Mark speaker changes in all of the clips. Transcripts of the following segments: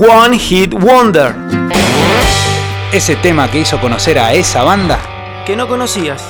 Speaker 1: One Hit Wonder,
Speaker 2: Ese tema que hizo conocer a esa banda
Speaker 1: que no conocías.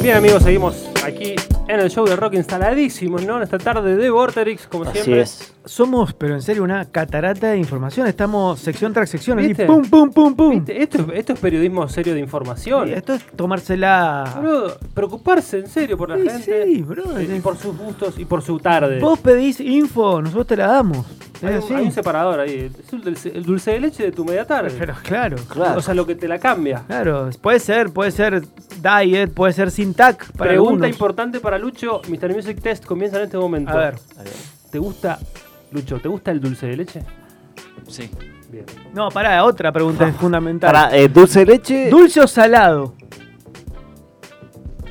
Speaker 3: Bien amigos, seguimos aquí en el show de rock instaladísimos, ¿no? En esta tarde de Vorterix, como
Speaker 4: Así
Speaker 3: siempre.
Speaker 4: es.
Speaker 5: Somos, pero en serio, una catarata de información. Estamos sección tras sección. así,
Speaker 3: ¿Viste?
Speaker 5: pum, pum, pum, pum.
Speaker 3: ¿Viste? Esto, es- esto es periodismo serio de información.
Speaker 5: Y Esto es tomársela.
Speaker 3: Boludo, preocuparse en serio por la
Speaker 5: Sí,
Speaker 3: gente.
Speaker 5: sí, bro,
Speaker 3: y
Speaker 5: es-
Speaker 3: por sus gustos y por su tarde.
Speaker 5: Vos eh, pedís info, nosotros te la damos. Es
Speaker 3: Hay
Speaker 5: así.
Speaker 3: un, hay un separador ahí. Es el dulce, el dulce de leche de tu media tarde.
Speaker 5: Pero claro,
Speaker 4: Claro.
Speaker 3: O sea, lo que te la cambia.
Speaker 5: claro. Puede ser, puede ser diet, puede ser sin tac. Para
Speaker 3: Pregunta
Speaker 5: algunos.
Speaker 3: importante para Lucho. Mr. Music Test comienza en este momento.
Speaker 5: A ver.
Speaker 4: A ver.
Speaker 3: ¿Te gusta, Lucho, te gusta el dulce de leche?
Speaker 4: Sí.
Speaker 3: Bien.
Speaker 5: No, pará, otra pregunta es fundamental.
Speaker 4: Para eh, dulce de leche.
Speaker 5: ¿Dulce o salado?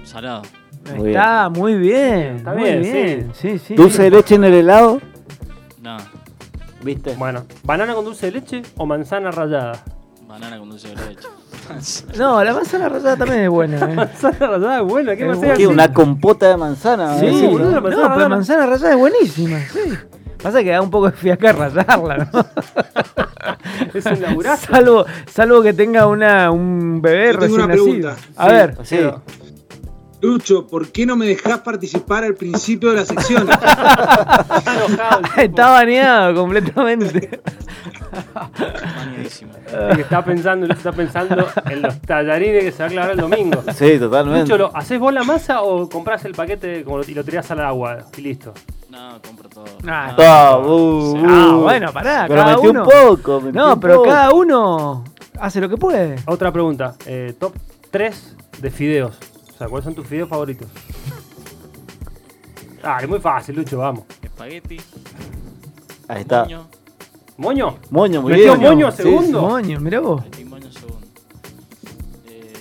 Speaker 6: Salado.
Speaker 4: Muy
Speaker 5: Está muy bien.
Speaker 3: Está
Speaker 5: muy
Speaker 3: bien,
Speaker 5: bien, Sí, sí.
Speaker 4: dulce de leche en el helado.
Speaker 6: No.
Speaker 4: ¿Viste?
Speaker 3: Bueno, ¿banana con dulce de leche o manzana rallada?
Speaker 6: Banana con dulce de leche.
Speaker 5: No, la manzana rallada también es buena. ¿eh?
Speaker 3: Manzana rallada es buena, ¿qué
Speaker 5: Es
Speaker 3: va a
Speaker 5: buena.
Speaker 3: ser?
Speaker 4: Sí, una compota de manzana.
Speaker 5: Sí,
Speaker 3: Sí, boludo, la
Speaker 5: no,
Speaker 3: manzana
Speaker 5: pero
Speaker 3: rallada-
Speaker 5: manzana rallada es buenísima. Sí. Pasa que da un poco de fiaca rallarla, ¿no?
Speaker 3: Es un laburazo.
Speaker 5: salvo, salvo que tenga una, un bebé
Speaker 7: Yo tengo
Speaker 5: recién
Speaker 7: una
Speaker 5: nacido.
Speaker 7: pregunta.
Speaker 5: A
Speaker 4: Sí,
Speaker 5: ver,
Speaker 4: sí.
Speaker 7: Lucho, ¿por qué no me dejás participar al principio de la sección?
Speaker 3: Está enojado. el tipo.
Speaker 5: está baneado completamente.
Speaker 6: Bañadísimo.
Speaker 3: Y Está pensando, Lucho está pensando en los tallarines que se va a clavar el domingo.
Speaker 4: Sí, totalmente.
Speaker 3: Lucho, ¿lo, ¿haces vos la masa o compras el paquete como lo- y lo tirás al agua y listo?
Speaker 6: No, compro todo.
Speaker 5: Ah,
Speaker 4: Ah, uh,
Speaker 5: Ah,
Speaker 4: uh.
Speaker 5: bueno, pará.
Speaker 4: Pero
Speaker 5: cada
Speaker 4: metí
Speaker 5: uno...
Speaker 4: un poco. metí
Speaker 5: No,
Speaker 4: un
Speaker 5: pero
Speaker 4: poco.
Speaker 5: cada uno hace lo que puede.
Speaker 3: Otra pregunta. eh, top 3 de fideos. O sea, ¿cuáles son tus fideos favoritos? Ah, es muy fácil, Lucho, vamos.
Speaker 6: Espagueti,
Speaker 4: Ahí está.
Speaker 6: moño,
Speaker 3: ¿Moño?
Speaker 4: Moño, muy
Speaker 3: Metió
Speaker 4: bien.
Speaker 3: moño a
Speaker 4: Sí,
Speaker 3: segundo.
Speaker 5: Moño, mirá vos.
Speaker 6: espagueti, moño segundo. Eh,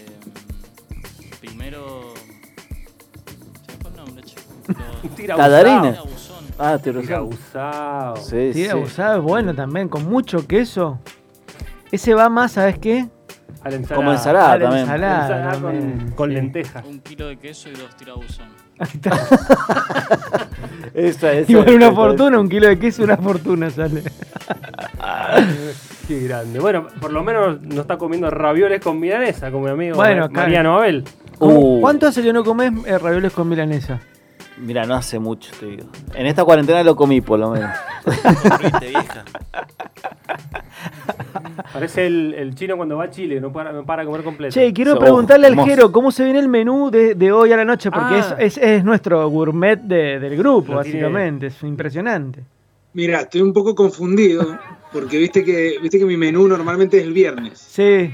Speaker 6: primero. Se me fue el nombre, chico. Lo-
Speaker 3: Tira
Speaker 4: Tallarines.
Speaker 6: Era buzón.
Speaker 4: Ah, te lo
Speaker 3: Tira abusado.
Speaker 4: Sí,
Speaker 5: Sí,
Speaker 4: sí.
Speaker 5: abusado es bueno también, con mucho queso. Ese va más, ¿sabes qué?
Speaker 3: A la ensalada.
Speaker 4: Como ensalada
Speaker 5: A la
Speaker 4: también.
Speaker 5: ensalada.
Speaker 3: Ensalada
Speaker 5: también,
Speaker 3: con, con
Speaker 5: sí.
Speaker 3: lentejas.
Speaker 6: Un kilo de queso y dos tirabuzón.
Speaker 5: Ahí está.
Speaker 4: Esa, esa,
Speaker 5: Igual una
Speaker 4: esa,
Speaker 5: fortuna, un kilo de queso, una fortuna sale.
Speaker 3: Qué grande. Bueno, por lo menos no está comiendo ravioles con milanesa, como mi amigo
Speaker 5: Bueno,
Speaker 3: Ma-
Speaker 5: claro.
Speaker 3: Mariano Abel.
Speaker 4: Uh.
Speaker 5: ¿Cuánto hace que no comes eh, ravioles con milanesa?
Speaker 4: Mira, no hace mucho, te digo. En esta cuarentena lo comí, por lo menos.
Speaker 8: Corriste, vieja.
Speaker 3: Parece el, el chino cuando va a Chile, no para, no para de comer completo.
Speaker 5: Che, y quiero
Speaker 4: Oh,
Speaker 5: preguntarle al
Speaker 4: hermoso.
Speaker 5: Jero cómo se viene el menú de, de hoy a la noche, porque
Speaker 3: Ah.
Speaker 5: es, es- es nuestro gourmet de- del grupo,
Speaker 3: Lo tiene-
Speaker 5: básicamente. Es impresionante.
Speaker 7: Mira, estoy un poco confundido porque viste que viste que mi menú normalmente es el viernes.
Speaker 5: Sí.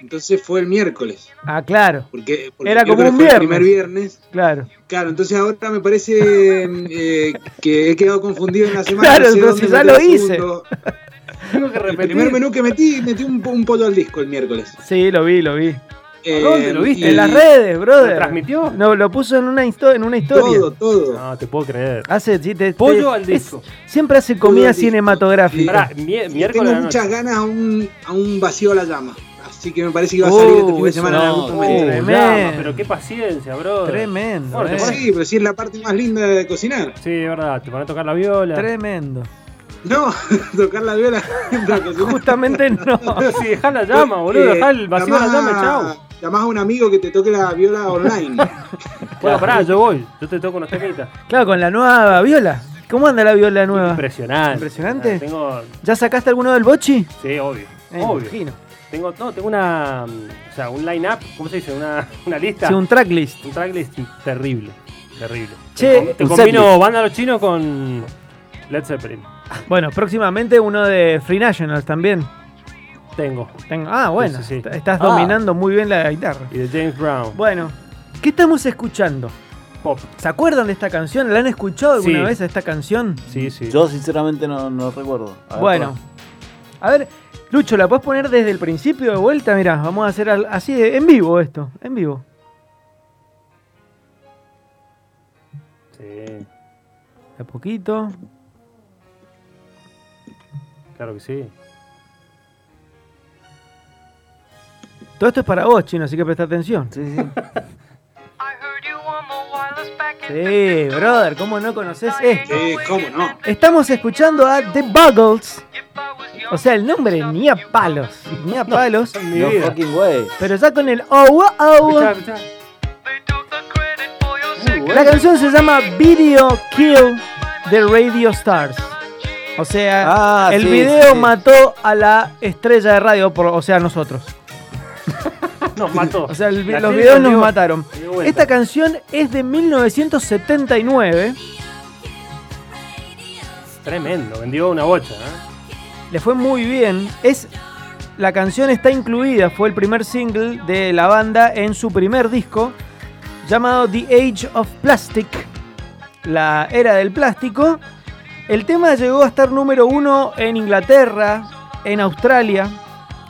Speaker 7: Entonces fue el miércoles.
Speaker 5: Ah, claro,
Speaker 7: Porque, porque
Speaker 5: Era
Speaker 7: yo
Speaker 5: como
Speaker 7: creo
Speaker 5: un
Speaker 7: que fue El
Speaker 5: viernes.
Speaker 7: primer viernes.
Speaker 5: claro.
Speaker 7: Claro, entonces ahora me parece eh, que he quedado confundido en la semana.
Speaker 5: Claro,
Speaker 7: no sé
Speaker 5: entonces
Speaker 7: dónde
Speaker 5: ya
Speaker 7: metí
Speaker 5: lo
Speaker 7: el
Speaker 5: hice.
Speaker 7: segundo.
Speaker 3: tengo que
Speaker 7: El primer
Speaker 3: repetir.
Speaker 7: menú que metí, metí un, po- un pollo al disco el miércoles.
Speaker 5: Sí, lo vi, lo vi.
Speaker 7: Eh,
Speaker 3: dónde lo viste?
Speaker 7: y
Speaker 5: En las redes, brother.
Speaker 3: ¿Lo transmitió?
Speaker 5: No, lo puso en una, histo- en una historia.
Speaker 7: Todo, todo.
Speaker 3: No, te puedo creer.
Speaker 5: Hace, sí, te-
Speaker 3: Pollo
Speaker 5: te-
Speaker 3: al disco.
Speaker 5: es- siempre hace
Speaker 7: Pollo
Speaker 5: comida
Speaker 7: al disco.
Speaker 5: cinematográfica.
Speaker 3: Pará, mie- miércoles.
Speaker 7: Tengo
Speaker 3: a la
Speaker 7: muchas
Speaker 3: noche.
Speaker 7: ganas a un, a un vacío a la llama. Así que me parece que va a salir este fin
Speaker 5: Oh,
Speaker 7: de
Speaker 5: eso
Speaker 7: semana
Speaker 6: no,
Speaker 7: justamente.
Speaker 5: ganas.
Speaker 3: Uh,
Speaker 5: Tremendo.
Speaker 3: llama, pero qué paciencia, bro.
Speaker 5: Tremendo.
Speaker 3: Bueno, te
Speaker 5: eh.
Speaker 3: pones-
Speaker 7: Sí, pero sí es la parte más linda de cocinar.
Speaker 3: Sí, es verdad, te van a tocar la viola.
Speaker 5: Tremendo.
Speaker 7: No, tocar la viola mientras cocinas.
Speaker 5: Justamente no.
Speaker 3: Pero si dejá la llama, boludo, dejá el vacío a la llama, chao.
Speaker 7: chao. Llamás a un amigo que te toque la viola online.
Speaker 3: Bueno, pará, yo voy. Yo te toco unos temitas.
Speaker 5: Claro, con la nueva viola. ¿Cómo anda la viola nueva?
Speaker 3: Impresionante.
Speaker 5: Impresionante.
Speaker 3: Ah, Tengo.
Speaker 5: ¿Ya sacaste alguno del bochi?
Speaker 3: Sí, obvio.
Speaker 5: Eh,
Speaker 3: obvio.
Speaker 5: imagino.
Speaker 3: Tengo, no, tengo una. mm, O sea, un line-up, ¿cómo se dice? Una, una lista.
Speaker 5: Sí, un tracklist.
Speaker 3: Un tracklist terrible. Terrible.
Speaker 5: Che,
Speaker 3: Te com- te
Speaker 4: un
Speaker 3: combino
Speaker 4: setlist.
Speaker 3: Vándalo Chino con Led Zeppelin.
Speaker 5: Bueno, próximamente uno de Free Nationals también.
Speaker 3: Tengo.
Speaker 5: Tengo- ah, bueno,
Speaker 3: Sí, sí, sí.
Speaker 5: estás
Speaker 4: Ah.
Speaker 5: dominando muy bien la guitarra.
Speaker 3: Y de James Brown.
Speaker 5: Bueno, ¿qué estamos escuchando?
Speaker 3: Pop.
Speaker 5: ¿Se acuerdan de esta canción? ¿La han escuchado alguna
Speaker 3: Sí.
Speaker 5: vez a esta canción?
Speaker 3: Sí, sí.
Speaker 4: Yo sinceramente no, no recuerdo. A ver,
Speaker 5: bueno, a ver, Lucho, ¿la puedes poner desde el principio de vuelta? Mirá, vamos a hacer al- así de- en vivo esto, en vivo.
Speaker 3: Sí,
Speaker 5: De a poquito.
Speaker 3: claro que sí.
Speaker 5: Todo esto es para vos, chino, así que presta atención.
Speaker 4: Sí, sí.
Speaker 5: Sí, brother, ¿cómo no conoces esto?
Speaker 7: Sí, cómo no.
Speaker 5: Estamos escuchando a The Buggles. O sea, el nombre ni a palos, ni a palos.
Speaker 3: Mi
Speaker 4: No
Speaker 3: vida.
Speaker 4: fucking way.
Speaker 5: Pero ya con el oh, oh, oh.
Speaker 3: Escuchá, escuchá.
Speaker 5: La canción se llama Video Kill de Radio Stars. O sea,
Speaker 4: Ah,
Speaker 5: el
Speaker 4: sí,
Speaker 5: video
Speaker 4: sí, sí.
Speaker 5: mató a la estrella de radio, por- o sea, a nosotros.
Speaker 3: Nos mató.
Speaker 5: O sea, el vi-
Speaker 3: La
Speaker 5: los
Speaker 3: gente
Speaker 5: videos nos
Speaker 3: dio-
Speaker 5: mataron.
Speaker 3: dio vuelta.
Speaker 5: Esta canción es de 1979.
Speaker 3: Tremendo, vendió una bocha. ¿eh?
Speaker 5: Le fue muy bien. Es, la canción está incluida, fue el primer single de la banda en su primer disco, llamado The Age of Plastic, la era del plástico. El tema llegó a estar número uno en Inglaterra, en Australia,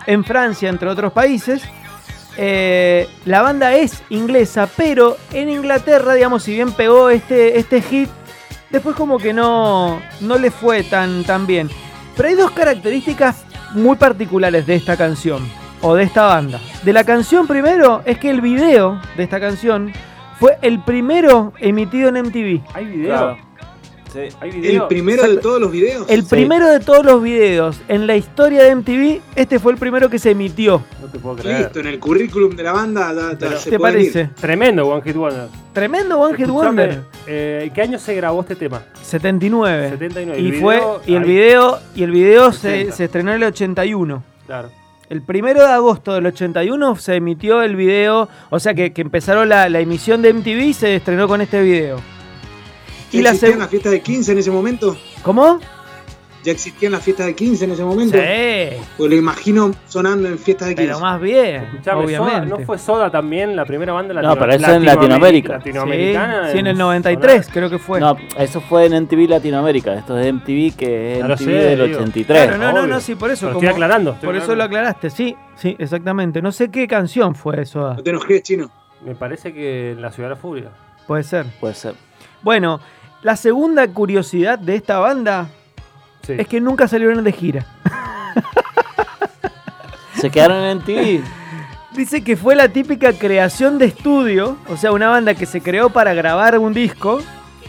Speaker 5: en Francia, entre otros países. Eh, la banda es inglesa, pero en Inglaterra, digamos, si bien pegó este, este hit, después como que no, no le fue tan, tan bien. Pero hay dos características muy particulares de esta canción o de esta banda. De la canción primero es que el video de esta canción fue el primero emitido en MTV.
Speaker 3: ¿Hay video?
Speaker 4: Claro. Sí.
Speaker 3: ¿Hay video?
Speaker 7: El primero de todos los videos.
Speaker 5: El
Speaker 4: Sí.
Speaker 5: primero de todos los videos en la historia de MTV, este fue el primero que se emitió.
Speaker 3: No te puedo creer.
Speaker 7: Listo, en el currículum de la banda ya- ya se
Speaker 5: ¿Te
Speaker 7: pueden ir.
Speaker 5: parece?
Speaker 3: Tremendo One Hit Wonder.
Speaker 5: Tremendo One Hit
Speaker 3: Escuchame,
Speaker 5: Wonder.
Speaker 3: eh, ¿Qué año se grabó este tema?
Speaker 5: 79.
Speaker 3: 79.
Speaker 5: Y
Speaker 3: El
Speaker 5: fue
Speaker 3: video,
Speaker 5: y el
Speaker 3: ahí.
Speaker 5: video y el video se,
Speaker 3: 80.
Speaker 5: se estrenó en el 81.
Speaker 3: Claro.
Speaker 5: El primero de agosto del 81 se emitió el video, o sea que, que empezaron la, la emisión de MTV y se estrenó con este video. Y
Speaker 7: ¿Ya
Speaker 5: la
Speaker 7: existían
Speaker 5: seg-
Speaker 7: las fiestas de 15 en ese momento?
Speaker 5: ¿Cómo?
Speaker 7: ¿Ya existían las fiestas de 15 en ese momento?
Speaker 5: Sí,
Speaker 7: Pues lo imagino sonando en fiestas de 15.
Speaker 5: pero más bien,
Speaker 3: Escuchame,
Speaker 5: obviamente.
Speaker 3: Soda, ¿no fue Soda también la primera banda
Speaker 4: No,
Speaker 3: latino-
Speaker 4: pero eso en Latinoamérica.
Speaker 3: Latinoamericana.
Speaker 5: Sí, sí, en el 93 creo que fue.
Speaker 4: No, eso fue en MTV Latinoamérica. Esto es MTV que es
Speaker 3: Ya lo
Speaker 4: MTV
Speaker 3: sé,
Speaker 4: del
Speaker 3: digo.
Speaker 4: 83.
Speaker 5: claro, no, no,
Speaker 3: obvio.
Speaker 5: no, sí, por eso.
Speaker 3: Pero
Speaker 5: como-
Speaker 3: estoy aclarando. estoy
Speaker 5: por eso lo
Speaker 3: aclarando.
Speaker 5: aclaraste, sí, sí, exactamente. No sé qué canción fue eso, ah,
Speaker 7: No te enojes, chino.
Speaker 3: Me parece que en la ciudad de la furia.
Speaker 5: puede ser.
Speaker 4: Puede ser.
Speaker 5: Bueno, la segunda curiosidad de esta banda
Speaker 3: Sí.
Speaker 5: es que nunca salieron de gira.
Speaker 4: Se quedaron en MTV.
Speaker 5: Dice que fue la típica creación de estudio, o sea, una banda que se creó para grabar un disco,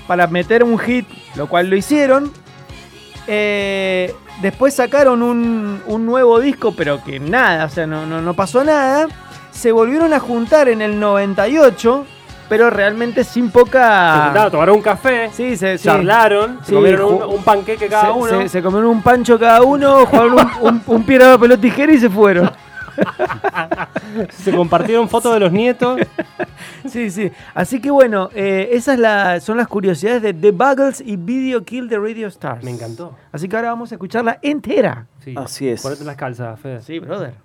Speaker 5: para meter un hit, lo cual lo hicieron. Eh, después sacaron un, un nuevo disco, pero que nada, o sea, no, no, no pasó nada. Se volvieron a juntar en el 98, pero realmente sin
Speaker 3: Se juntaron a
Speaker 5: poca...
Speaker 3: tomar un café,
Speaker 5: Sí, se, sí.
Speaker 3: charlaron, se
Speaker 5: Sí,
Speaker 3: comieron un,
Speaker 5: ju-
Speaker 3: un panqueque cada
Speaker 5: se,
Speaker 3: uno.
Speaker 5: se- se comieron un pancho cada uno, jugaron un, un, un piedra, papel o tijera y se fueron.
Speaker 3: Se compartieron fotos de los nietos.
Speaker 5: Sí, sí. Así que bueno, eh, esas la- son las curiosidades de The Buggles y Video Kill de Radio Stars.
Speaker 3: Me encantó.
Speaker 5: Así que ahora vamos a escucharla entera.
Speaker 3: Sí.
Speaker 4: Así es.
Speaker 3: Ponete las calzas, Fede.
Speaker 5: Sí, brother.